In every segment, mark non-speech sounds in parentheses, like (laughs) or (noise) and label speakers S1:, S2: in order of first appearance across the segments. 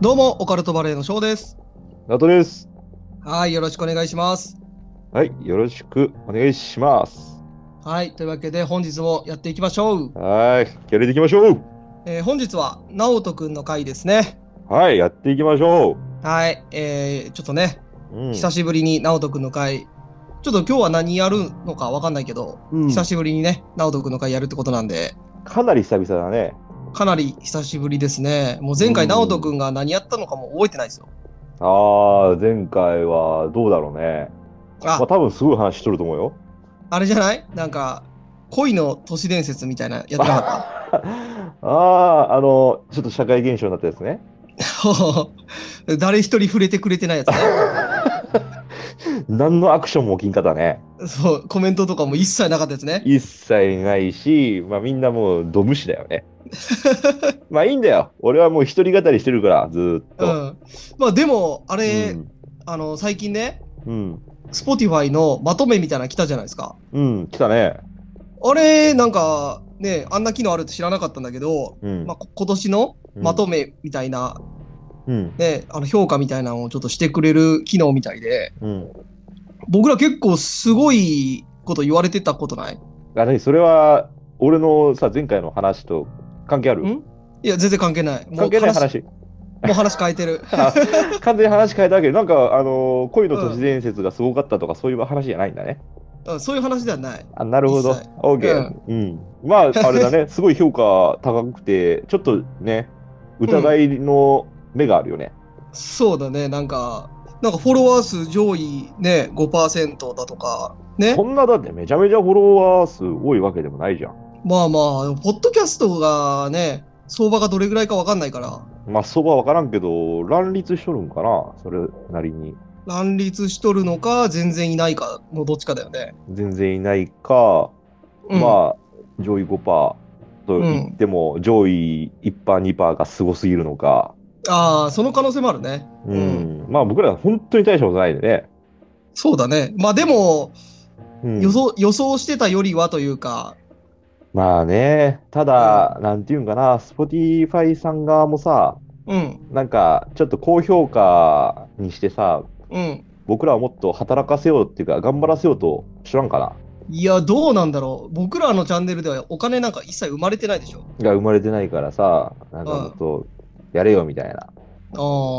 S1: どうも、オカルトバレーの翔です。
S2: ナトです。
S1: はい、よろしくお願いします。
S2: はい、よろしくお願いします。
S1: はい、というわけで本日もやっていきましょう。
S2: はーい、やれていきましょう。
S1: えー本日は、直人くんの回ですね。
S2: はい、やっていきましょ
S1: はい、えー、ちょっとね、
S2: う。うん、
S1: 久しぶりに直人くんの回、ちょっと今日は何やるのかわかんないけど、
S2: うん
S1: 久しぶりにね、直人くんの回やるってことなんで、
S2: かなり久々だね。
S1: かなり久しぶりですね。もう前回
S2: うん
S1: 直人くんが何やったのかも覚えてないですよ。
S2: ああ、前回はどうだろうね。まあ、
S1: あ、
S2: 多分すごい話しとると思うよ。 (laughs)
S1: あれじゃないなんか、恋の都市伝説みたいなやってなかった。
S2: ああー、あの、ちょっと社会現象になったやつね。
S1: (laughs) 誰一人触れてくれてないやつね。
S2: 何のアクションも起きんかったね。
S1: そう、コメントとかも一切なかったですね。
S2: 一切ないし、まあみんなもうド無視だよ
S1: (laughs)
S2: ね。まあいいんだよ。俺はもう一人語りしてるから、ずーっ
S1: う
S2: と。
S1: ん。まあでも、あれ、
S2: うん
S1: あの、最近ね、
S2: うん。
S1: Spotify のまとめみたいなの来たじゃないですか。
S2: うん、来たね。
S1: あれ、なんか、ね、あんな機能あるって知らなかったんだけど、
S2: うん。
S1: まあ、こ今年の
S2: うん
S1: まとめみたいな、
S2: うん。
S1: ね、あの評価みたいなのをちょっとしてくれる機能みたいで、
S2: うん。
S1: 僕ら結構すごいこと言われてたことない
S2: あれ、それは、俺のさ、前回の話と関係ある
S1: んいや、全然関係ない。もう
S2: 関係ない
S1: 話。
S2: 話。
S1: もう話変えてる。
S2: あ完全に話 (laughs) 変えたわけど、なんか、あのー恋の都市伝説がすごかったとか、そういう話じゃないんだね。
S1: うんそういう話ではない。
S2: あ、なるほど
S1: 一切。
S2: オーケー。うん。まあ、あれだ (laughs) ね、すごい評価高くて、ちょっとね、疑いの目があるよね。
S1: そうだね、なんか、なんかフォロワー数上位ね、5%だとか、ね
S2: そ、んな、だってめちゃめちゃフォロワー数多いわけでもないじゃん。
S1: まあまあ、ポッドキャストがね、相場がどれぐらいかわかんないから、
S2: まあ、そばは分からんけど、乱立しとるんかな、それなりに。
S1: 乱立しとるのか、全然いないかのどっちかだよね。
S2: 全然いないか、
S1: うん
S2: まあ上位5%と言っても、上位1%2% がすごすぎるのか、
S1: ああ、その可能性もあるね。
S2: うんまあ僕ら本当に大したことないんでね、
S1: そうだね。まあでも、
S2: うん
S1: 予想、予想してたよりはというか、
S2: まあねただ、なんていうんかな Spotify さん側もさ
S1: うん、
S2: なんかちょっと高評価にしてさ
S1: うん。
S2: 僕らをもっと働かせようっていうか頑張らせようと知らんかない
S1: や、どうなんだろう。僕らのチャンネルではお金なんか一切生まれてないでしょ。
S2: が生まれてないからさなんかもっとやれよみたいな、
S1: あ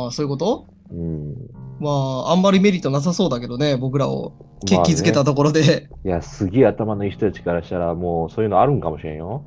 S1: あ、そういうこと
S2: うん、
S1: まあ、あんまりメリットなさそうだけどね、僕らを景気づけたところで、 (laughs)
S2: いや、すげえ頭のいい人たちからしたら、もうそういうのあるんかもしれんよ。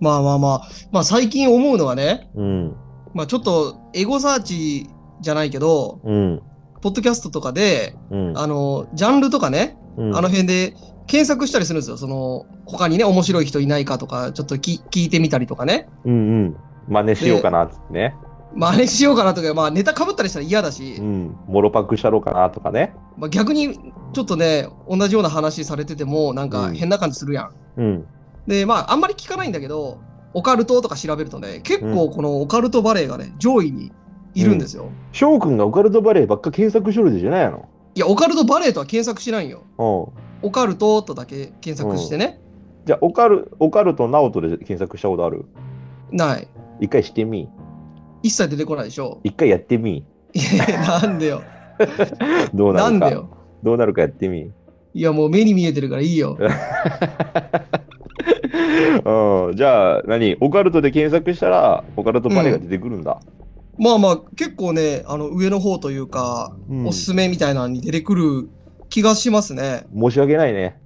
S1: まあまあまあ、まあ最近思うのはね、
S2: うん、
S1: まあちょっとエゴサーチじゃないけど、
S2: うん、
S1: ポッドキャストとかで、
S2: うん。
S1: あの、ジャンルとかね、
S2: うん
S1: あの辺で検索したりするんですよ。その、他にね、面白い人いないかとか、ちょっとき聞いてみたりとかね。
S2: うん、うん。真似しようかな、つってね。
S1: 真似しようかなとか、まあネタ被ったりしたら嫌だし
S2: う、ん、もろパクしたろうかな、とかね。
S1: まあ逆にちょっとね、同じような話されてても、なんか
S2: うん
S1: 変な感じするやん。
S2: うん、
S1: で、まああんまり聞かないんだけど、オカルトとか調べるとね、結構このオカルトバレーがね、上位にいるんですよ。
S2: 翔くんがオカルトバレーばっか検索しとるじゃないの。
S1: いや、オカルトバレーとは検索しないんよ。
S2: うん。
S1: オカルトとだけ検索してね。
S2: じゃあ、オカル、オカルトナオトで検索したことある
S1: ない。
S2: 一回してみ。
S1: 一切出てこないでし
S2: (laughs)
S1: ょ。
S2: 一回やってみ。
S1: いやなんでよ。
S2: どうな
S1: なん
S2: るか。
S1: でよ。
S2: どうなるかやってみ。
S1: いや、もう目に見えてるからいいよ。
S2: うん、じゃあ何、オカルトで検索したら、オカルトバレーが出てくるんだ。
S1: まあまあ、結構ね、あの、上の方というか、
S2: うん
S1: おすすめみたいなのに出てくる気がしますね。
S2: 申し訳ないね。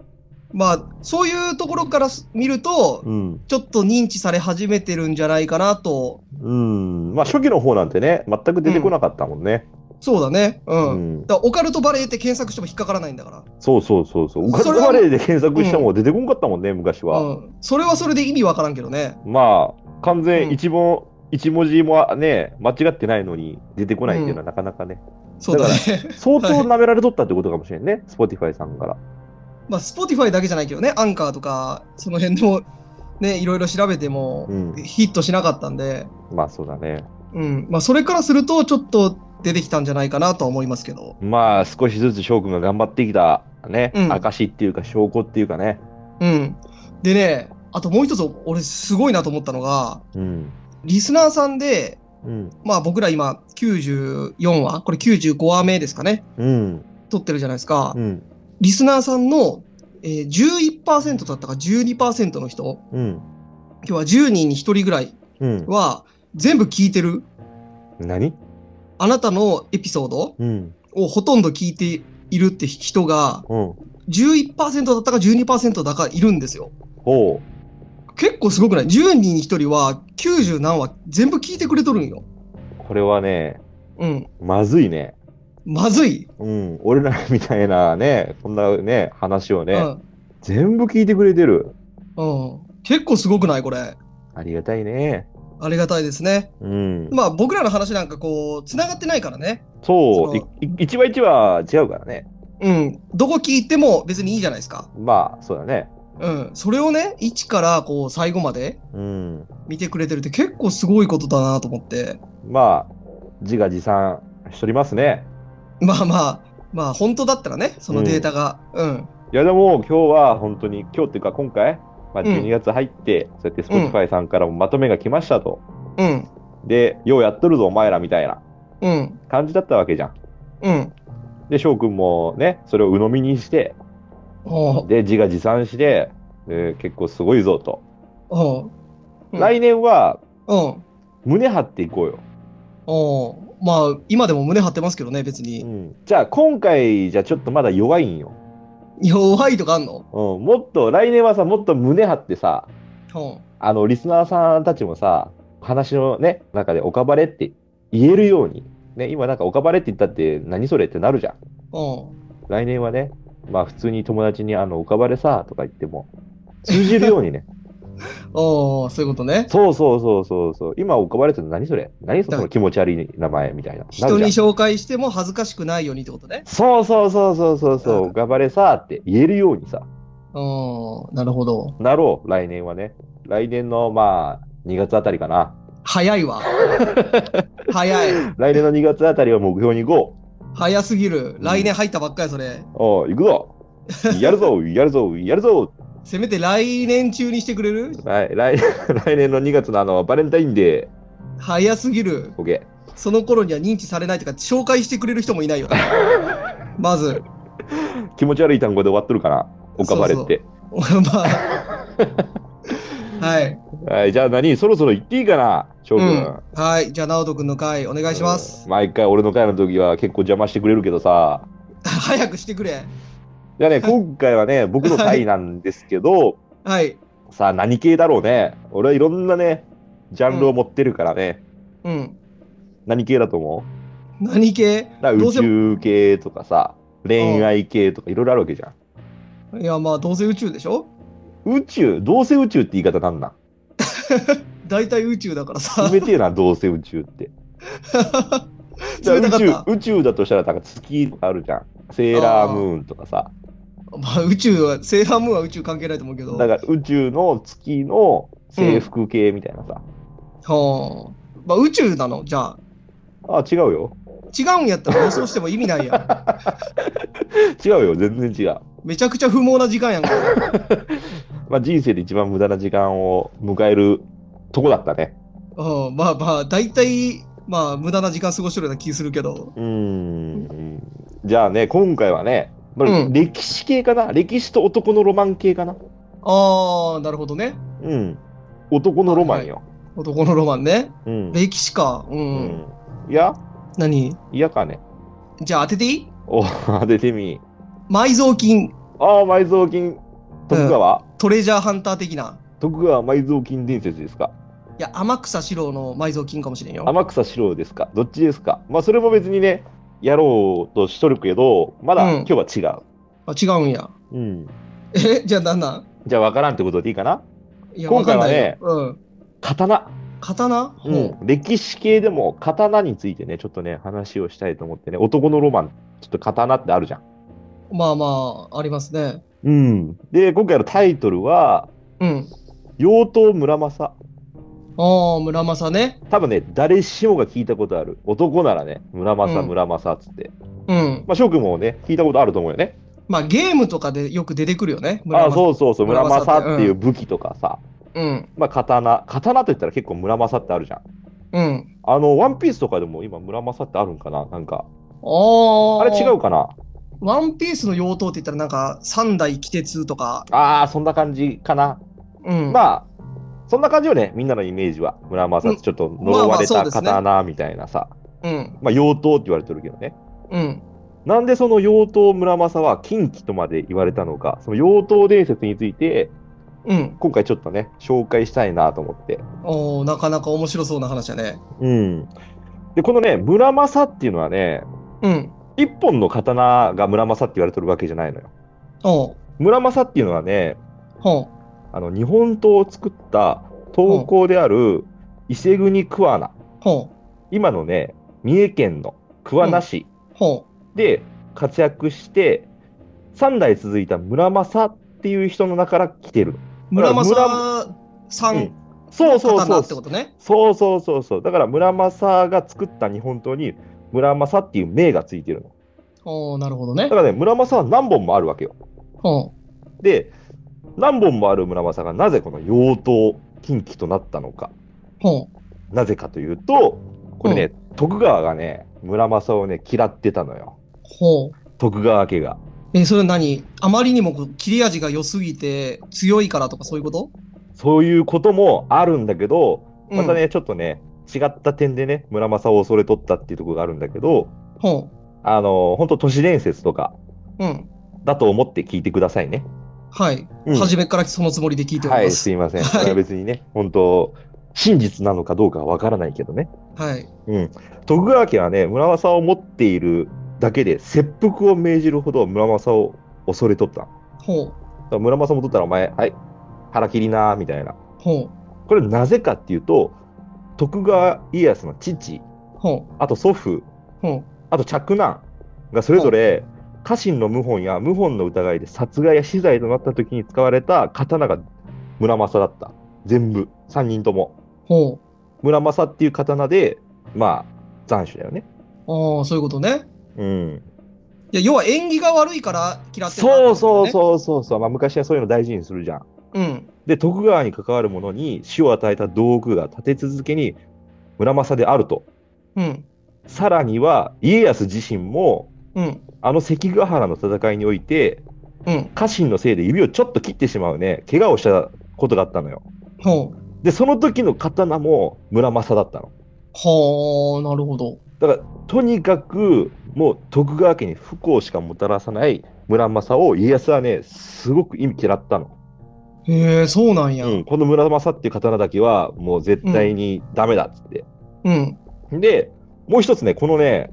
S1: まあ、そういうところからす見ると、
S2: うん。
S1: ちょっと認知され始めてるんじゃないかなと。
S2: うん、まあ初期の方なんてね、全く出てこなかったもんね。
S1: そうだね。う。
S2: うん
S1: だからオカルトバレーって検索しても引っかからないんだから。
S2: そうそうそうそう。オカル
S1: そ
S2: ト
S1: れは
S2: バレーで検索したもん出てこんかったもんね、昔
S1: う
S2: は。
S1: ん。それはそれで意味わからんけどね。
S2: まあ、完
S1: う
S2: 全
S1: ん
S2: 一文、一文字もね、間違ってないのに出てこないっていうのはなかなかね、
S1: そうだね。
S2: 相当舐められとったってことかもしれんね、Spotify さんから。
S1: まあ、Spotify だけじゃないけどね、アンカーとか、その辺でも、ね、いろいろ調べても
S2: う、ん。
S1: ヒットしなかったんで、
S2: まあそうだね。
S1: うん。まあ、それからすると、ちょっと出てきたんじゃないかなとは思いますけど。
S2: まあ少しずつ翔くんが頑張ってきた、ね、
S1: うん
S2: 証っていうか証拠っていうかね。
S1: うん。でね、あともう一つ、俺すごいなと思ったのが、
S2: うん。
S1: リスナーさんで、
S2: うん。
S1: まあ僕ら今94話、これ95話目ですかね、
S2: うん。
S1: 撮ってるじゃないですか。
S2: うん。
S1: リスナーさんの、えー、11%だったか12%の人、
S2: うん。
S1: 今日は10人に1人ぐらい
S2: うん。
S1: は全部聞いてる。
S2: 何
S1: あなたのエピソード
S2: うん。
S1: をほとんど聞いているって人が
S2: うん。
S1: 11%だったか12%だかいるんですよ。
S2: ほ
S1: 結構すごくない ?10 人に1人は90何話全部聞いてくれとるんよ。
S2: う。これはね、
S1: うん。
S2: まずいね。
S1: まずい。
S2: うん。俺らみたいなね、そんなね、話をね、
S1: うん
S2: 全部聞いてくれてる。
S1: うん。結構すごくないこれ。
S2: ありがたいね。
S1: ありがたいですね。
S2: うん。
S1: まあ僕らの話なんかこう、繋がってないからね。
S2: そ、
S1: そうの
S2: いい一話一話違うからね。
S1: うん。どこ聞いても別にいいじゃないですか。
S2: まあ、そうだね。
S1: うん。それをね、1からこう最後まで
S2: うん。
S1: 見てくれてるって結構すごいことだなと思って。
S2: まあ、自画自賛しとりますね。
S1: まあまあ、まあ本当だったらね、そのデータが。うん。
S2: いや、でも今日は本当に、今日っていうか今回、まあ、
S1: うん
S2: 12月入って、そうやって Spotify さんからもまとめが来ましたと。
S1: うん。
S2: で、ようやっとるぞ、お前らみたいな
S1: うん。
S2: 感じだったわけじゃん。
S1: うん。
S2: で、翔くんもね、それを鵜呑みにして、
S1: ほ
S2: で、自画自賛して、えー結構すごいぞと。
S1: うほう。
S2: 来年は
S1: うん。うん。
S2: 胸張っていこうよ。
S1: おーまあ、今でも胸張ってますけどね、別
S2: う
S1: に。
S2: ん、じゃあ、今回じゃちょっとまだ弱いんよ。
S1: 弱いとかあんの
S2: うん、もっと来年はさもっと胸張ってさ
S1: うん。
S2: あのリスナーさんたちもさ話のね中で「オカバレ」って言えるように、ね、今なんか「オカバレ」って言ったって何それってなるじゃん
S1: うん。
S2: 来年はねまあ普通に友達に「あのオカバレさ」とか言っても通じるよ
S1: (laughs)
S2: うにね
S1: おーそういうことね。
S2: そうそうそうそうそう今「オカバレ」って何それ何そ
S1: だか
S2: の
S1: ら
S2: 気持ち悪い名前みたいなな
S1: 人に
S2: るじゃん
S1: 紹介しても恥ずかしくないようにってことね。
S2: そうそうそうそうそうそう
S1: うん
S2: オカバレさって言えるようにさ
S1: うん。なるほど。
S2: なろう来年はね来年のまあ2月あたりかな
S1: 早い
S2: (laughs)
S1: わ。早い。
S2: 来年の2月あたりは目標に行こう。
S1: 早すぎる。来年入ったばっかりそれ。
S2: おう行く
S1: (laughs)
S2: ぞ。やるぞ、やるぞ、やるぞ。
S1: せめて来年中にしてくれる
S2: はい、来 (laughs) 来年の2月のあのバレンタインデ
S1: 早すぎる。
S2: ー、OK。
S1: その頃には認知されないとか、紹介してくれる人もいない
S2: (laughs)
S1: よ。まず。 (laughs)
S2: 気持ち悪い単語で終わっとるかな、オカバレって。
S1: まあ。はい。
S2: はい、じゃあ何、そろそろ行っていいかな、翔
S1: う
S2: くん。
S1: ん。はい。じゃあ、直人君の回、お願いします。
S2: 毎回俺の会の時は結構邪魔してくれるけどさ。
S1: 早くしてくれ。(laughs)
S2: じゃあね、今回はね、僕の会なんですけど、
S1: はい。
S2: さあ何系だろうね。俺はいろんなね、ジャンルを持ってるからね。
S1: うん。
S2: 何系だと思う
S1: 何系
S2: だから
S1: ど
S2: 宇
S1: うせ
S2: 宙系とかさ、恋愛系とかいろいろあるわけじゃん。
S1: いや、まあ、どうせ宇宙でしょ
S2: 宇宙、どうせ宇宙って言い方なんなん
S1: 大体宇宙だからさ。
S2: 冷
S1: (laughs)
S2: てえな、どうせ宇宙って。じゃ
S1: 冷
S2: あ
S1: たかっ (laughs)
S2: 宇
S1: た
S2: 宙、。宇宙だとしたらなんか月とかあるじゃん。セーラームーンとかさ。
S1: まあ、宇宙は、セーラームーンは宇宙関係ないと思うけど。
S2: だから宇宙の月の制服系みたいなさ。
S1: はあ。まあ、宇宙なのじゃあ。
S2: あ、違うよ。
S1: 違うんやったら予想しても意味ないやん。
S2: 違うよ、全然違う。
S1: めちゃくちゃ不毛な時間やんか。
S2: まあ人生で一番無駄な時間を迎えるとこだったね。
S1: うん、まあまあ、大体、まあ、無駄な時間過ごしてるような気するけど。
S2: うーん。じゃあね、今回はね、まあ
S1: うん
S2: 歴史系かな、歴史と男のロマン系かな
S1: ああ、なるほどね。
S2: うん。男のロマンよ。
S1: 男のロマンね。
S2: うん。
S1: 歴史か。う。
S2: うんん。いや、
S1: 何
S2: 嫌かね。 (laughs)
S1: じゃあ当てていい
S2: お、当ててみ。
S1: 埋蔵金、
S2: ああ、埋蔵金。徳川、
S1: トレジャーハンター的な。
S2: 徳川埋蔵金伝説ですか
S1: いや、天草四郎の埋蔵金かもしれんよ。
S2: 天草四郎ですかどっちですかまあ、それも別にね、やろうとしとるけど、ま
S1: う
S2: だ
S1: ん
S2: 今日は
S1: あ違うんや。
S2: 違う。うん。
S1: え、じゃあなんなん
S2: じゃあ、わからんってことでいいかない
S1: や、
S2: 今
S1: わ
S2: 回
S1: かん
S2: は
S1: ないよ。
S2: ね
S1: うん。
S2: 刀。
S1: 刀、
S2: う
S1: ほ
S2: ん。歴史系でも、刀についてね、ちょっとね、話をしたいと思ってね、男のロマン、ちょっと刀ってあるじゃん。
S1: うまあまあ、ありますね。
S2: うん。で、今回のタイトルは、
S1: うん。
S2: 妖刀村正。
S1: ああ、村正ね。
S2: 多分ね、誰しもが聞いたことある。男ならね、村正、
S1: うん
S2: 村正っつって。
S1: うん。
S2: まあ、翔くんもね、聞いたことあると思うよね。
S1: まあ、ゲームとかでよく出てくるよね。
S2: ああ、
S1: う。
S2: そうそうそう、村
S1: 村正
S2: 正
S1: って
S2: っていう武器とかさ、
S1: うん。
S2: まあ、刀。刀といったら結構村正ってあるじゃん。
S1: うん。
S2: あの、ワンピースとかでも今、村正ってあるんかななんか。
S1: あ
S2: あれ違
S1: う
S2: うかな
S1: ワンピースの妖刀って言ったらなんか三代鬼鉄とか、
S2: ああ、そんな感じかな。
S1: うん、あ
S2: まあ、そんな感じよね、みんなのイメージは。村正ってちょっと呪われ
S1: まあまあそう
S2: た
S1: ですね
S2: 刀みたいなさ。
S1: うん
S2: まあ、妖刀って言われてるけどね。
S1: うん
S2: なんでその妖刀村正は近畿とまで言われたのか、その妖刀伝説について、
S1: うん
S2: 今回ちょっとね、紹介したいなと思って。
S1: おーなかなか面白そうな話だね
S2: うん。で、このね、村正っていうのはね、
S1: うん
S2: 一本の刀が村正って言われてるわけじゃないのよ。
S1: おう
S2: 村正っていうのはね、
S1: ほ
S2: あの、日本刀を作った刀工である伊勢国桑名。
S1: うほ
S2: 今のね、三重県の桑名市
S1: うほ
S2: で活躍して、3代続いた村正っていう人の中から来てるの。
S1: う村正
S2: 村
S1: さ
S2: うんんそうそう
S1: 刀
S2: そう
S1: ってことね
S2: そうそうそうそう。だから村正が作った日本刀に村正っていう名がついてるの。
S1: おおなるほどね
S2: だからね、村正は何本もあるわけよ。
S1: ほ
S2: で、何本もある村正がなぜこの妖刀、近畿となったのか。
S1: うほ
S2: なぜかというと、これね、徳川がね、村正をね、嫌ってたのよ。
S1: うほう
S2: 徳川家が。
S1: えそれは何あまりにもこう切れ味が良すぎて強いからとかそういうこと
S2: そういうこともあるんだけど、
S1: うん
S2: またね、ちょっとね、違った点でね、村正を恐れとったっていうところがあるんだけど、
S1: ほ
S2: あの、本当都市伝説とか
S1: ううん
S2: だと思って聞いてくださいね。
S1: はい、
S2: うん
S1: 初めからそのつもりで聞いてお
S2: は
S1: りま
S2: い、
S1: す
S2: すいません。
S1: はい
S2: これは別にね、本当真実なのかどうかはわからないけどね。
S1: はい
S2: うん。徳川家はね、村正を持っているだけで、切腹を命じるほど村正を恐れとった。だか
S1: ほう
S2: ら村正もとったら、お前、はい、腹切りなーみたいな。
S1: ほ
S2: これなぜかっていうと、徳川家康の父、
S1: うほ
S2: あと祖父、
S1: うほ
S2: あと嫡男がそれぞれ家臣の謀反や謀反の疑いで殺害や死罪となった時に使われた刀が村正だった。全部、3人とも。
S1: うほ
S2: 村正っていう刀で、まあ、斬首だよね。
S1: うああそういうことね
S2: うん。
S1: いや要は縁起が悪いから嫌ってる
S2: そうそう
S1: う
S2: そうそうそう。まあ、昔はそういうの大事にするじゃん。
S1: そう、うん、
S2: で、徳川に関わる者に死を与えた道具が立て続けに村正であると。
S1: うん、
S2: さらには、家康自身も、
S1: うん、
S2: あの関ヶ原の戦いにおいて、
S1: うん、
S2: 家臣のせいで指をちょっと切ってしまうね、怪我をしたことがあったのよ。
S1: ほう、
S2: で、その時の刀も村正だったの。
S1: はあ、なるほど。
S2: だから、とにかく、もう徳川家に不幸しかもたらさない村正を家康はね、すごく意味嫌ったの。
S1: へえ、そうなんや。
S2: うん、この村正っていう刀だけは、もう絶対にダメだっつって。
S1: うん、
S2: で、もう一つね、このね、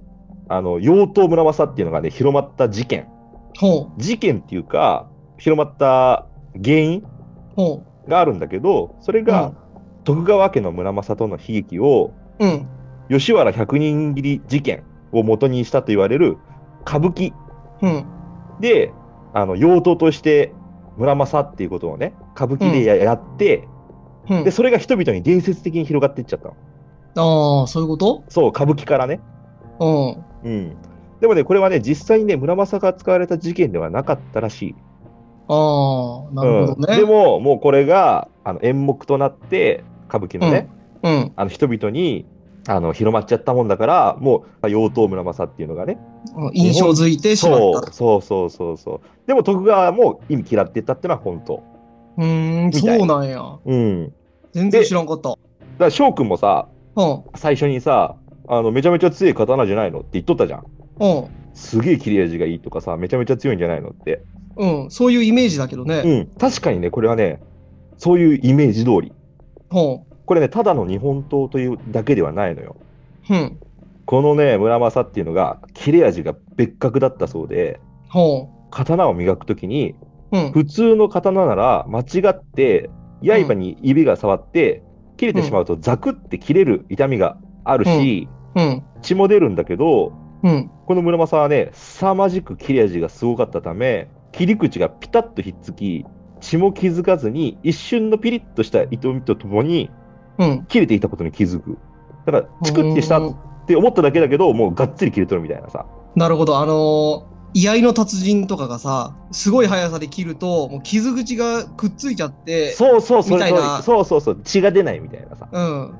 S2: あの、妖刀村正っていうのがね、広まった事件。
S1: ほ
S2: 事件っていうか、広まった原因
S1: う、ほ
S2: があるんだけど、それ
S1: う、
S2: が、徳川家の村正との悲劇を
S1: うん、うん、
S2: 吉原百人斬り事件を元にしたと言われる歌舞伎
S1: うん、
S2: であの妖刀として村正っていうことをね歌舞伎でや,、やって
S1: うん
S2: で。それが人々に伝説的に広がっていっちゃったの
S1: ああ、そういうこと
S2: そう歌舞伎からね
S1: うん。
S2: うんでもねこれはね実際にね村正が使われた事件ではなかったらしい、
S1: ああ、なるほ
S2: うん
S1: どね。
S2: でももうこれがあの演目となって歌舞伎のね、
S1: うん、
S2: あの人々にあの広まっちゃったもんだからもう妖刀村正っていうのがね
S1: うん、印象づいてしま
S2: そ
S1: った
S2: う。そうそうそうそうでも徳川も意味嫌ってたってのは本当
S1: うーん、
S2: みたい
S1: そうなんや。
S2: うんだ
S1: 全然知らんかった。うん、
S2: から翔くんもさ
S1: うん、
S2: 最初にさあのめちゃめちゃ強い刀じゃないのって言っとったじゃんすげえ切れ味がいいとかさめちゃめちゃ強いんじゃないのって
S1: うん、そういうイメージだけど
S2: う
S1: ね。
S2: ん確かにねこれはねそういうイメージ通り
S1: ほ
S2: これねただの日本刀というだけではないのよ
S1: う、うん、
S2: このね村正っていうのが切れ味が別格だったそうで
S1: ほ
S2: 刀を磨くときに
S1: う、うん、
S2: 普通の刀なら間違って刃に指が触って切れてしまうとザクって切れる痛みがあるし、
S1: うん、
S2: 血も出るんだけど
S1: うん、
S2: この村正はね凄まじく切れ味がすごかったため切り口がピタッとひっつき血も気づかずに一瞬のピリッとした痛みとともに
S1: うん。
S2: 切れていたことに気づくだからチクってしたって思っただけだけどもうがっつり切れとるみたいなさ
S1: なるほど、あのー、居合の達人とかがさ、すごい速さで切ると、もう傷口がくっついちゃって、
S2: そうそうそ
S1: みた
S2: れ
S1: いな
S2: そうそうそう血が出ないみたいなさ
S1: うん、
S2: か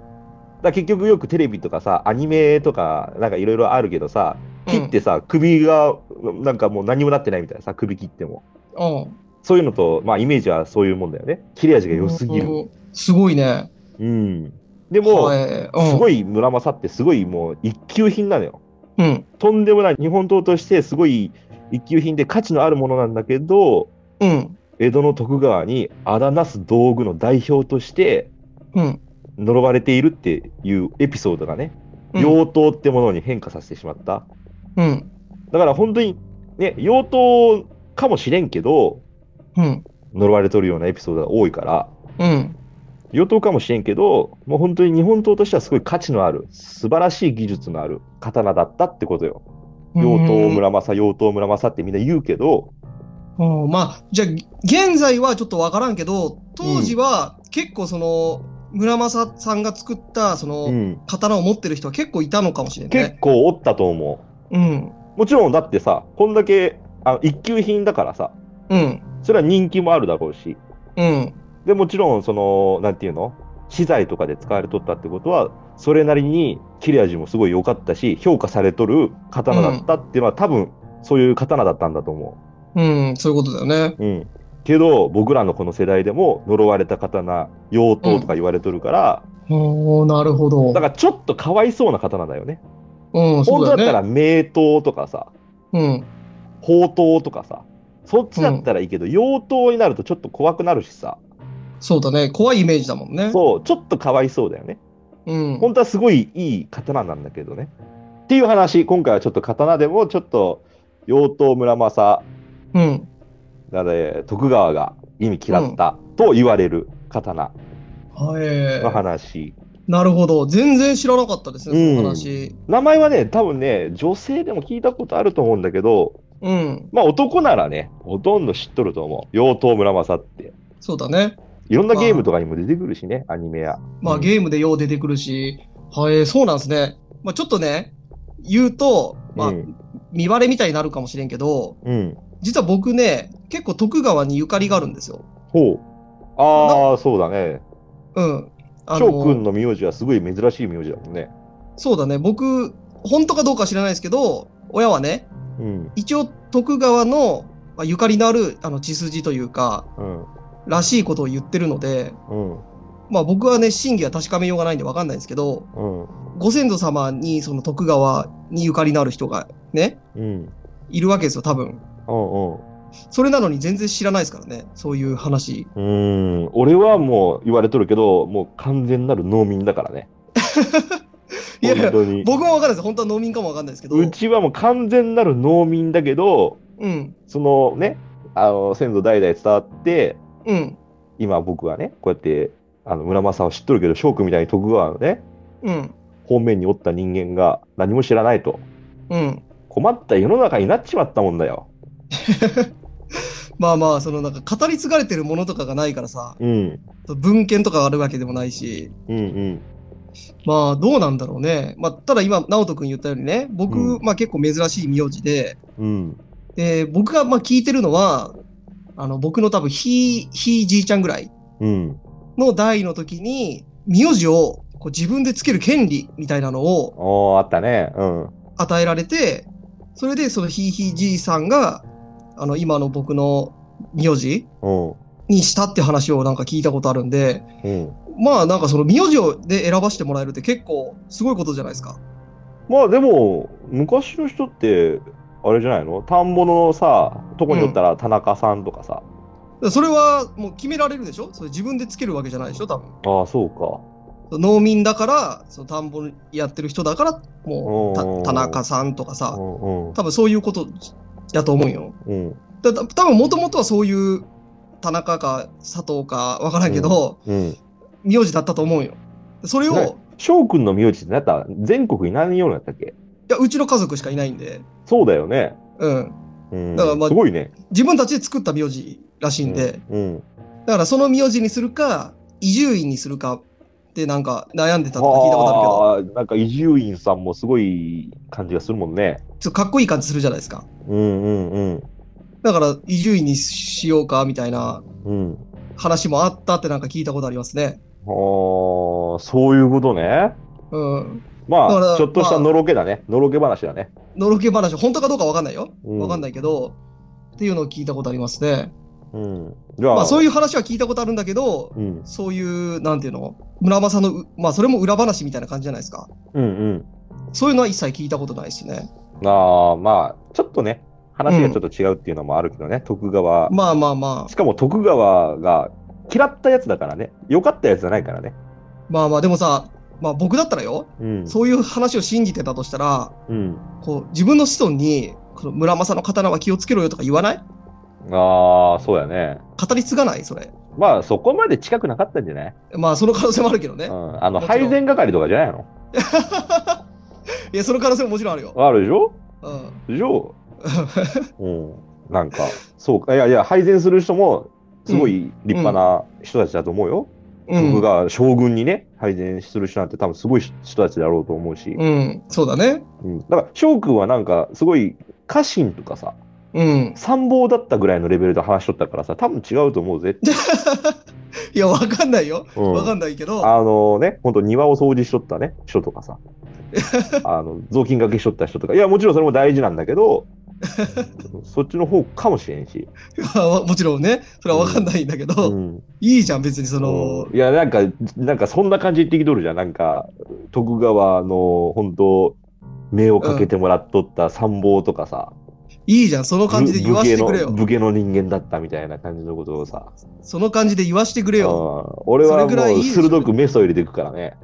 S2: ら結局よくテレビとかさ、アニメとか、なんかいろいろあるけどさ、切ってさ、首がなんかもう何もなってないみたいなさ、首切っても。
S1: うん。
S2: そういうのと、まあイメージはそういうもんだよね。切れ味が良すぎる。
S1: うん。すごいね。
S2: うん。でも、
S1: はい
S2: すご
S1: い。
S2: い村正ってすごいもう一級品なのよ。
S1: うん。
S2: とんでもない日本刀としてすごい一級品で価値のあるものなんだけど、
S1: うん。
S2: 江戸の徳川にあだなす道具の代表として
S1: うん。
S2: 呪われているっていうエピソードがね、
S1: うん
S2: 妖刀ってものに変化させてしまった。
S1: うん。
S2: だから本当にね、妖刀かもしれんけど、
S1: うん。
S2: 呪われとるようなエピソードが多いから、
S1: うん。
S2: 妖刀かもしれんけど、もう本当に日本刀としてはすごい価値のある、素晴らしい技術のある刀だったってことよ。妖刀村正、妖刀村正ってみんな言うけど、
S1: うん。まあ、じゃあ、現在はちょっとわからんけど、当時は結構その、村正さんが作った、その、
S2: うん、
S1: 刀を持ってる人は結構いたのかもしれない
S2: 結
S1: ね。
S2: 構おったと思
S1: うん。
S2: う。もちろんだってさ、こんだけあ一級品だからさ、
S1: うん。
S2: それは人気もあるだろうし、
S1: うん。
S2: でもちろんその、なんていうの資材とかで使われとったってことは、それなりに切れ味もすごい良かったし、評価されとる刀だったっていうのは、多分そういう刀だったんだと思
S1: うん。そういうことだよね。
S2: う。うん。けど、僕らのこの世代でも呪われた刀、妖刀とか言われとるから、
S1: おー、なるほど。
S2: だからちょっとかわいそうな刀だよね。
S1: うん、そ
S2: 本
S1: う
S2: 当
S1: だ
S2: だった
S1: よね。
S2: ら名刀とかさ、
S1: うん。
S2: 宝刀とかさ、そっちだったらいいけど、妖刀になるとちょっと怖くなるしさ、
S1: そうだね。怖いイメージだもんね。
S2: そう、ちょっとかわいそうだよね。
S1: うん。
S2: 本当はすごいいい刀なんだけどね。っていう話、今回はちょっと刀でもちょっと妖刀村正
S1: うん。
S2: なので徳川が意味嫌ったと言われる刀の
S1: は
S2: 話。
S1: い。なるほど。全然知らなかったですね、その話。
S2: 名前はね、多分ね、女性でも聞いたことあると思うんだけど、
S1: うん。
S2: まあ男ならね、ほとんど知っとると思う。妖刀村正って。
S1: そうだね。
S2: いろんなゲームとかにも出てくるしね、アニメや。
S1: ま
S2: う
S1: あ
S2: ん
S1: ゲームでよう出てくるし。はい、そうなんですね。まあちょっとね、言うと、まあ、
S2: うん
S1: 見バレみたいになるかもしれんけど、
S2: うん。
S1: 実は僕ね、結構徳川にゆかりがあるんですよ。
S2: ほう。ああ、そうだね。
S1: うん。あ
S2: 翔くんの名字はすごい珍しい名字だもんね。
S1: そうだね。僕、本当かどうか知らないですけど、親はね、
S2: うん。
S1: 一応徳川の、まあ、ゆかりのあるあの血筋というか、
S2: うん。
S1: らしいことを言ってるので、
S2: うん。
S1: まあ僕はね、真偽は確かめようがないんでわかんないですけど、
S2: うん。
S1: ご先祖様にその徳川にゆかりのある人がね、
S2: うん。
S1: いるわけですよ、多分。
S2: うん
S1: それなのに全然知らないですからね、そういう話。
S2: うん。うん。俺はもう言われとるけど、もう完全なる農民だからね。
S1: いやいや
S2: 本当に。
S1: 僕もわかんないです。本当は農民かもわかんないですけど。
S2: うちはもう完全なる農民だけど、
S1: うん。
S2: そのね、あの、先祖代々伝わって、
S1: うん。
S2: 今僕はね、こうやって、あの、村正を知っとるけど、翔くんみたいに徳川のね、
S1: うん。
S2: 方面におった人間が何も知らないと。
S1: うん。
S2: 困った世の中になっちまったもんだよ。
S1: まあまあ、そのなんか語り継がれてるものとかがないからさ、
S2: うん。
S1: 文献とかがあるわけでもないし、
S2: うんうん。
S1: まあどうなんだろうね。まあ、ただ今、直人君言ったようにね、僕、
S2: う
S1: まあ結構珍しい名字で、
S2: うん。
S1: で、僕がまあ聞いてるのは、あの、僕の多分、ひい、ひいじいちゃんぐらい
S2: うん。
S1: の代の時に、名字をこう自分でつける権利みたいなのを
S2: おー、あったね。うん。
S1: 与えられて、それでそのひいひいじいさんが、あの、今の僕の名字
S2: うん。
S1: にしたって話をなんか聞いたことあるんで、
S2: うん。
S1: まあなんかその名字をで選ばせてもらえるって結構すごいことじゃないですか。
S2: まあでも昔の人ってあれじゃないの田んぼのさとこにおったら田中さんとかさ、
S1: それはもう決められるでしょそれ自分でつけるわけじゃないでしょ多分。
S2: ああそうか
S1: 農民だから、その田んぼやってる人だから、もうた
S2: おー
S1: 田中さんとか
S2: う
S1: さ、
S2: んうん
S1: 多分そういうことだと思うよ。
S2: うん
S1: だだ多分もともとはそういう田中か佐藤かわからんけど、
S2: うん
S1: 名字だったと思うよ。それを、
S2: ね
S1: い
S2: 翔くんの名字ってなったら全国に何ようになったっけ
S1: や、うちの家族しかいないんで、
S2: そうだよね、
S1: うん。
S2: うん、
S1: だからまあ
S2: すごいね
S1: 自分たちで作った名字らしいんで、
S2: うんうん
S1: だからその名字にするか、伊集院にするかってなんか悩んでたとか聞いたことあるけど、
S2: あーなんか伊集院さんもすごい感じがするもんね
S1: ちょっとかっこいい感じするじゃないですか。
S2: うんうんうん
S1: だから伊集院にしようかみたいな
S2: うん
S1: 話もあったってなんか聞いたことありますね。
S2: あーそういうことね
S1: うん。だ
S2: ま
S1: か
S2: あ、
S1: ら
S2: ちょっとしたのろけだね。のろけ話だね。
S1: のろけ話、本当かどうかわかんないよ。
S2: うん
S1: わかんないけど、っていうのを聞いたことありますね。
S2: うん。じゃあ、
S1: まあそう
S2: い
S1: いう話は聞いたことあるんだけど
S2: う、ん。
S1: そういう、なんていうの村山さんのう、まあそれも裏話みたいな感じじゃないですか。
S2: うんうん。
S1: そういうのは一切聞いたことないしね。
S2: ああ、まあ、ちょっとね、話がちょっと違うっていうのもあるけどね、徳川。
S1: まあまあま
S2: しかも徳川が嫌ったやつだからね。良かったやつじゃないからね。
S1: あ。まあまあ、でもさ、まあ僕だったらよ、
S2: うん。
S1: そういう話を信じてたとしたら、
S2: うん。
S1: こう、自分の子孫に、この村正の刀は気をつけろよとか言わない
S2: ああ、そうやね。
S1: 語り継がないそれ。
S2: まあ、そこまで近くなかったんじゃない
S1: まあその可能性もあるけどね
S2: う。ん。あの、
S1: もちろん
S2: 配膳係とかじゃないの
S1: いや、その可能性ももちろんあるよ。
S2: あるでしょ
S1: うん。
S2: でしょ (laughs) うん。なんか、そうか。いやいや、配膳する人も、すごい立派な人たちだと思うよ。
S1: うん
S2: 僕。が将軍にね、配膳する人なんて多分すごい人たちだろうと思うし。
S1: うん。そうだね。
S2: うん。だから、将軍はなんか、すごい家臣とかさ、
S1: うん。
S2: 参謀だったぐらいのレベルで話しとったからさ、多分違うと思うぜ。
S1: いや、わかんないよ。
S2: うん
S1: わかんないけど。
S2: あのね、本当庭を掃除しとったね、人と
S1: (laughs)
S2: かさ。あの、雑巾掛けしとった人とか。いや、もちろんそれも大事なんだ
S1: (laughs)
S2: けど、そっちの方かもしれんし。
S1: わ (laughs) もちろんね、それはわかんないんだけど、
S2: うん
S1: いいじゃん、別にその、
S2: いや、なんか、なんかそんな感じで言ってきとるじゃん。なんか、徳川の、本当目をかけてもらっとった参謀とかさ、
S1: いいじゃん、その感
S2: ぶ
S1: じで言わ
S2: 武
S1: せ
S2: 家
S1: てくれ
S2: の、
S1: よ。
S2: 武家の人間だったみたいな感じのことをさ。
S1: その感じで言わせてくれよ。
S2: うん俺は
S1: それぐらいい
S2: も
S1: いうでしょ
S2: 鋭くメスを入れていくからね。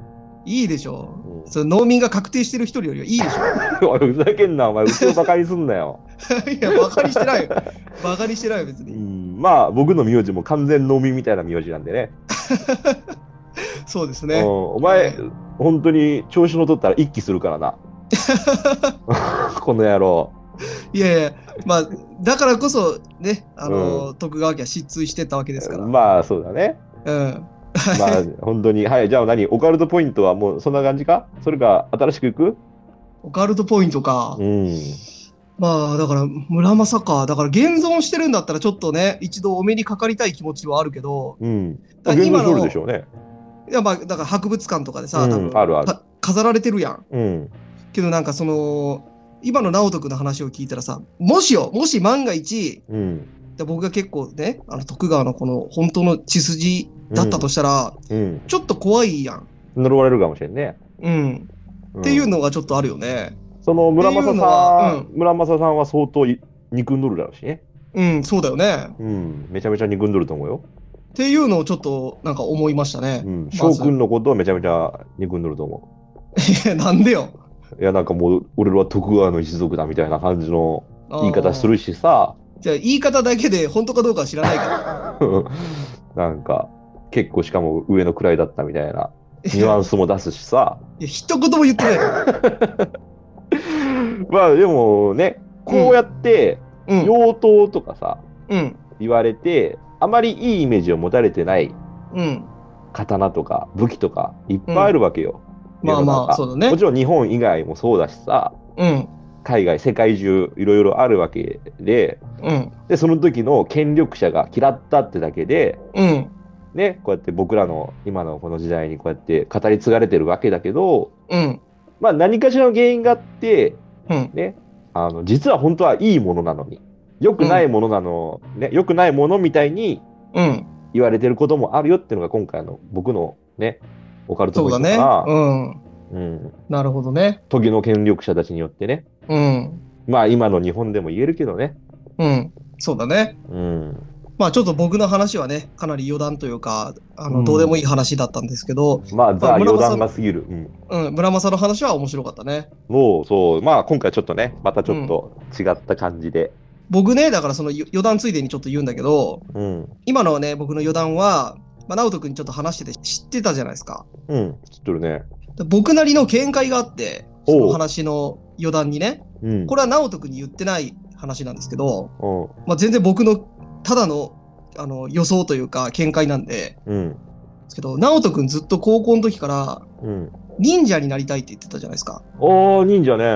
S1: いいでしょ。
S2: うん
S1: その農民が確定してる一人よりはいいでし
S2: おい、ふざけん (laughs) な、お前、うちをバカにすんなよ。
S1: ょ。 (laughs) いや、バカにしてないよ。バカにしてないよ、別
S2: う
S1: に。
S2: ん、まあ、僕の名字も完全農民みたいな名字なんでね。
S1: そうです
S2: うん、
S1: ね。
S2: お前、
S1: ね
S2: 本当に調子のとったら一気するか
S1: (laughs)
S2: らな。この野郎。
S1: いやいや、まあ、だからこそ、ね、あの、徳川家は失墜してったわけですから。
S2: まあ、そうだね。
S1: うん。
S2: まあ、本当に。はい、じゃあ何オカルトポイントはもうそんな感じかそれか、新しくいく
S1: オカルトポイントか。
S2: うん。
S1: まあ、だから、村正か。だから、現存してるんだったら、ちょっとね、一度お目にかかりたい気持ちはあるけど、
S2: うん。
S1: だから
S2: 現
S1: 今
S2: 像
S1: の
S2: 取るでしょうね。
S1: いやまあだから博物館とかでさ、
S2: うん
S1: 多分
S2: あるある
S1: か飾られてるやん
S2: うん。
S1: けどなんかその今の直人君の話を聞いたらさもしよもし万が一
S2: うん。
S1: で僕が結構ねあの徳川のこの本当の血筋だったとしたら、
S2: うん。
S1: ちょっと怖いやん、
S2: 呪われるかもしれんね。
S1: うん、
S2: うん
S1: っていうのがちょっとあるよね
S2: その村正
S1: っていうの
S2: さん、
S1: は
S2: 村正さんは相当い憎んどるだろうしね。
S1: うん、そうだよね
S2: うん、めちゃめちゃ憎んどると思うよ。
S1: っていうのをちょっとなんか思いましたね
S2: う、ん、
S1: ず
S2: 翔くんのことはめちゃめちゃ憎んどると思
S1: いや (laughs) なんでよ
S2: う。いや、なんかもう、俺らは徳川の一族だみたいな感じの言い方す
S1: る
S2: るしさ、 (laughs)
S1: じゃあ言い方だけで本当かどうかは知らないから
S2: なんか、結構しかも上の位だったみ (laughs) たいなニュアンスも出すしさ。 (laughs)
S1: いや一言も言ってないよ、
S2: まあでもね、こうやって、
S1: うん
S2: 妖刀とかさ、
S1: うん
S2: 言われて、あまりいいイメージを持たれてない
S1: うん、
S2: 刀とか武器とかいっぱいあるわけよ。
S1: まあまあそうだね
S2: もちろん日本以外もそうだしさ、
S1: うん
S2: 海外、世界中いろいろあるわけで、
S1: うん
S2: で、その時の権力者が嫌ったってだけで、
S1: うん
S2: ね、こうやって僕らの今のこの時代にこうやって語り継がれてるわけだけど、
S1: うん。
S2: まあ何かしらの原因があって、
S1: うん。
S2: ね、あの、実は本当はいいものなのに、良くないものなの、ね、良くないものみたいに
S1: うん。
S2: 言われてることもあるよっていうのが今回の僕のね、オカルト
S1: そ
S2: ポ
S1: う
S2: イン
S1: だ
S2: トか
S1: ね。
S2: な。
S1: うん。
S2: うん。
S1: なるほどね。
S2: 時の権力者たちによってね、
S1: うん。
S2: まあ今の日本でも言えるけどね。
S1: うん。そうだね。
S2: うん。
S1: まあちょっと僕の話はね、かなり余談というか、あ
S2: う
S1: の、
S2: ん
S1: どうでもいい話だったんですけど、
S2: まあ、ザ・
S1: まあ村
S2: 余
S1: 正
S2: 談が過ぎる。うん。
S1: うん、村正の話は面白かったね。
S2: もう、そう、まあ今回ちょっとね、またちょっと違った感じで。
S1: 僕ね、だからその余余談ついでにちょっと言うんだけど、
S2: うん。
S1: 今のね、僕の余談は、まあ、直人君にちょっと話してて知ってたじゃないですか。
S2: うん。知っとるね。
S1: で僕なりの見解があって、
S2: お
S1: そうの話の余談にね、
S2: うん。
S1: これは直人君に言ってない話なんですけど、
S2: うん。
S1: まあ、全然僕のただのあの予想というか見解なんで、
S2: うん。
S1: ですけど、直人くんずっと高校の時から
S2: うん。
S1: 忍者になりたいって言ってたじゃないですか。
S2: おー、忍者ね。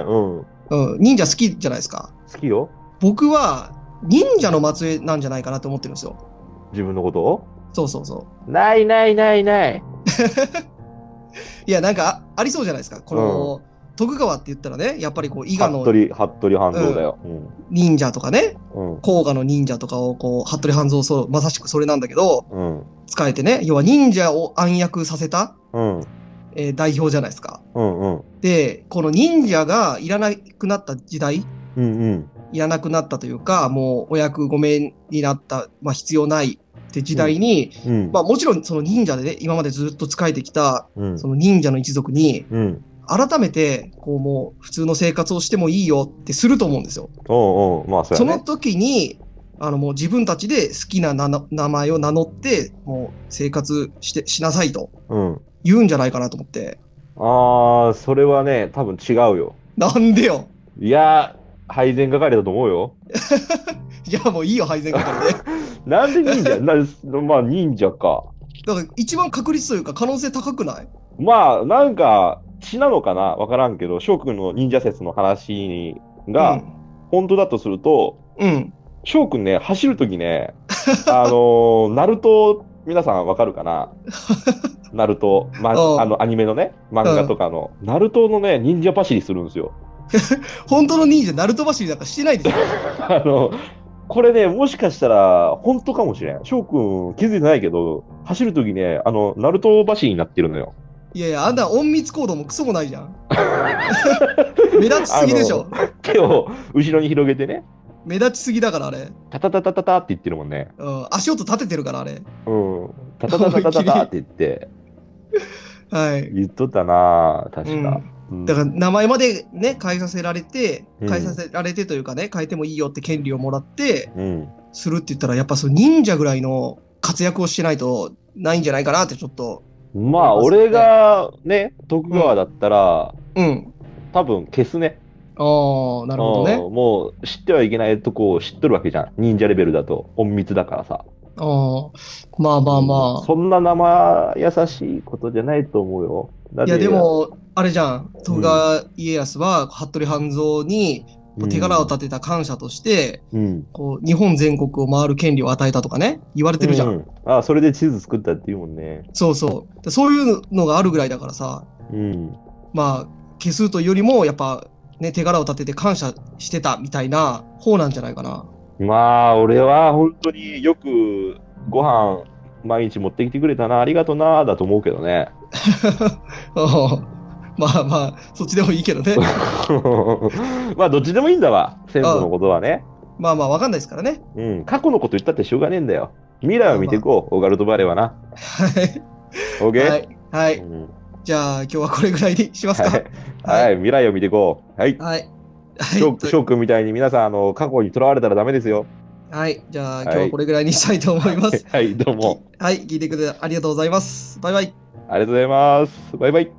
S2: うん。
S1: うん、忍者好きじゃないですか。
S2: 好きよ。
S1: 僕は忍者の末裔なんじゃないかなって思ってるんですよ。
S2: 自分のこと
S1: そうそうそう。
S2: ないないないない。
S1: いや、なんかあありそうじゃないですか。この、徳川って言ったらね、やっぱりこう、伊賀の
S2: 服部、服部半蔵だよ。うん。
S1: 忍者とかね、
S2: うん。
S1: 甲賀の忍者とかをこう、服部半蔵そう、まさしくそれなんだけど、
S2: うん。
S1: 使えてね、要は忍者を暗躍させた、
S2: うん。
S1: えー代表じゃないですか。
S2: うん。うん。
S1: で、この忍者がいらなくなった時代、
S2: うん。うん。
S1: いらなくなったというか、もうお役御免になった、まあ必要ないって時代に、
S2: うん。
S1: まあもちろんその忍者でね、今までずっと仕えてきた、
S2: うん
S1: そ。の忍者の一族に、
S2: うん。
S1: 改めて、こうもう普通の生活をしてもいいよってすると思うんですよ。
S2: おうおう、まあ、そう
S1: そ
S2: や
S1: の
S2: ね。
S1: 時に、あのもう自分たちで好きな名の名前を名乗って、もう生活して、しなさいと
S2: うん。
S1: 言うんじゃないかなと思って。
S2: ああ、それはね、多分違うよ。
S1: なんでよ。
S2: いやー、配膳係だと思うよ。
S1: いや、もういいよ、配膳係 (laughs) で。
S2: なんで
S1: (laughs)
S2: 忍者なまあ、忍者か。
S1: だから一番確率というか可能性高くない
S2: まあ、なんか、詩なのかなわからんけど、翔くんの忍者説の話が、本当だとすると、
S1: うん。うん。
S2: 翔くんね、走ると
S1: (laughs)
S2: きね、あのー、ナルト、皆さんわかるか
S1: (laughs)
S2: なナルト、ま、
S1: うん
S2: あの、アニメのね、漫画とかの、ナルトのね、忍者走りするんですよ。
S1: 本当の忍者、ナルト走りなんかしてないでしょ。
S2: (laughs) あの、これね、もしかしたら、本当かもしれん。翔くん、気づいてないけど、走るときね、あの、ナルト走りになってるのよ。
S1: いやいや、あんな隠密行動もクソもないじゃん。 (laughs) 目立ちすぎでしょ。
S2: 手
S1: (laughs)
S2: を後ろに広げてね、
S1: 目立ちすぎだから、あれ。
S2: タタタタタタって言ってるもんね。
S1: うん。足音立ててるから、あれ。
S2: うん。タタタタタタタって言って、
S1: はい。
S2: 言っとったな
S1: う
S2: 確
S1: ん
S2: か。。うん
S1: だから名前までね、変えさせられて、
S2: うん
S1: 変えさせられてというかね、変えてもいいよって権利をもらって、
S2: うん。
S1: するって言ったら、やっぱその忍者ぐらいの活躍をしてないと、ないんじゃないかなってちょっと。
S2: まあ、俺がね、徳川だったら、
S1: うん。
S2: 多分消すね。
S1: ああ、なるほど
S2: うん
S1: ね。
S2: もう知ってはいけないとこを知っとるわけじゃん。忍者レベルだと。隠密だからさ。
S1: ああ。まあまあまあ。
S2: そんな生優しいことじゃないと思うよ。だ
S1: い
S2: って
S1: や、で、も、あれじゃん。徳川家康は、服部半蔵に
S2: うん
S1: 手柄を立てた感謝として、
S2: うん。
S1: こう、日本全国を回る権利を与えたとかね、言われてるじゃん。
S2: うあ、それで地図作ったっていうもんね。
S1: そうそう。でそういうのがあるぐらいだからさ、
S2: うん。
S1: まあ、消すというよりも、やっぱ、ね、手柄を立てて感謝してたみたいな方なんじゃないかな。 (laughs)
S2: まあ、俺は本当によくご飯毎日持ってきてくれたな、ありがとな、だと思うけどね。 (laughs)
S1: うんまあまあ、そっちでもいいけどね。
S2: まあ、どっちでもいいんだわ。先祖のことはね。
S1: まあまあ、わかんないですからね。
S2: うん。過去のこと言ったってしょうがねえんだよ。未来を見ていこう、オガルトバレーはな。
S1: は
S2: OK?
S1: い。は
S2: う
S1: い。
S2: ん
S1: じゃあ、今日はこれぐらいにしますか。
S2: はい、はい、未来を見ていこう。はい。
S1: はい。はい。
S2: 翔くんみたいに皆さん、あの、過去にとらわれたらダメですよ。
S1: はい。じゃあ、
S2: い
S1: 今日はこれぐらいにしたいと思います。
S2: (laughs) はい、どうも。
S1: はい。聞いてくれてありがとうございます。バイバイ。
S2: ありがとうございます。バイバイ。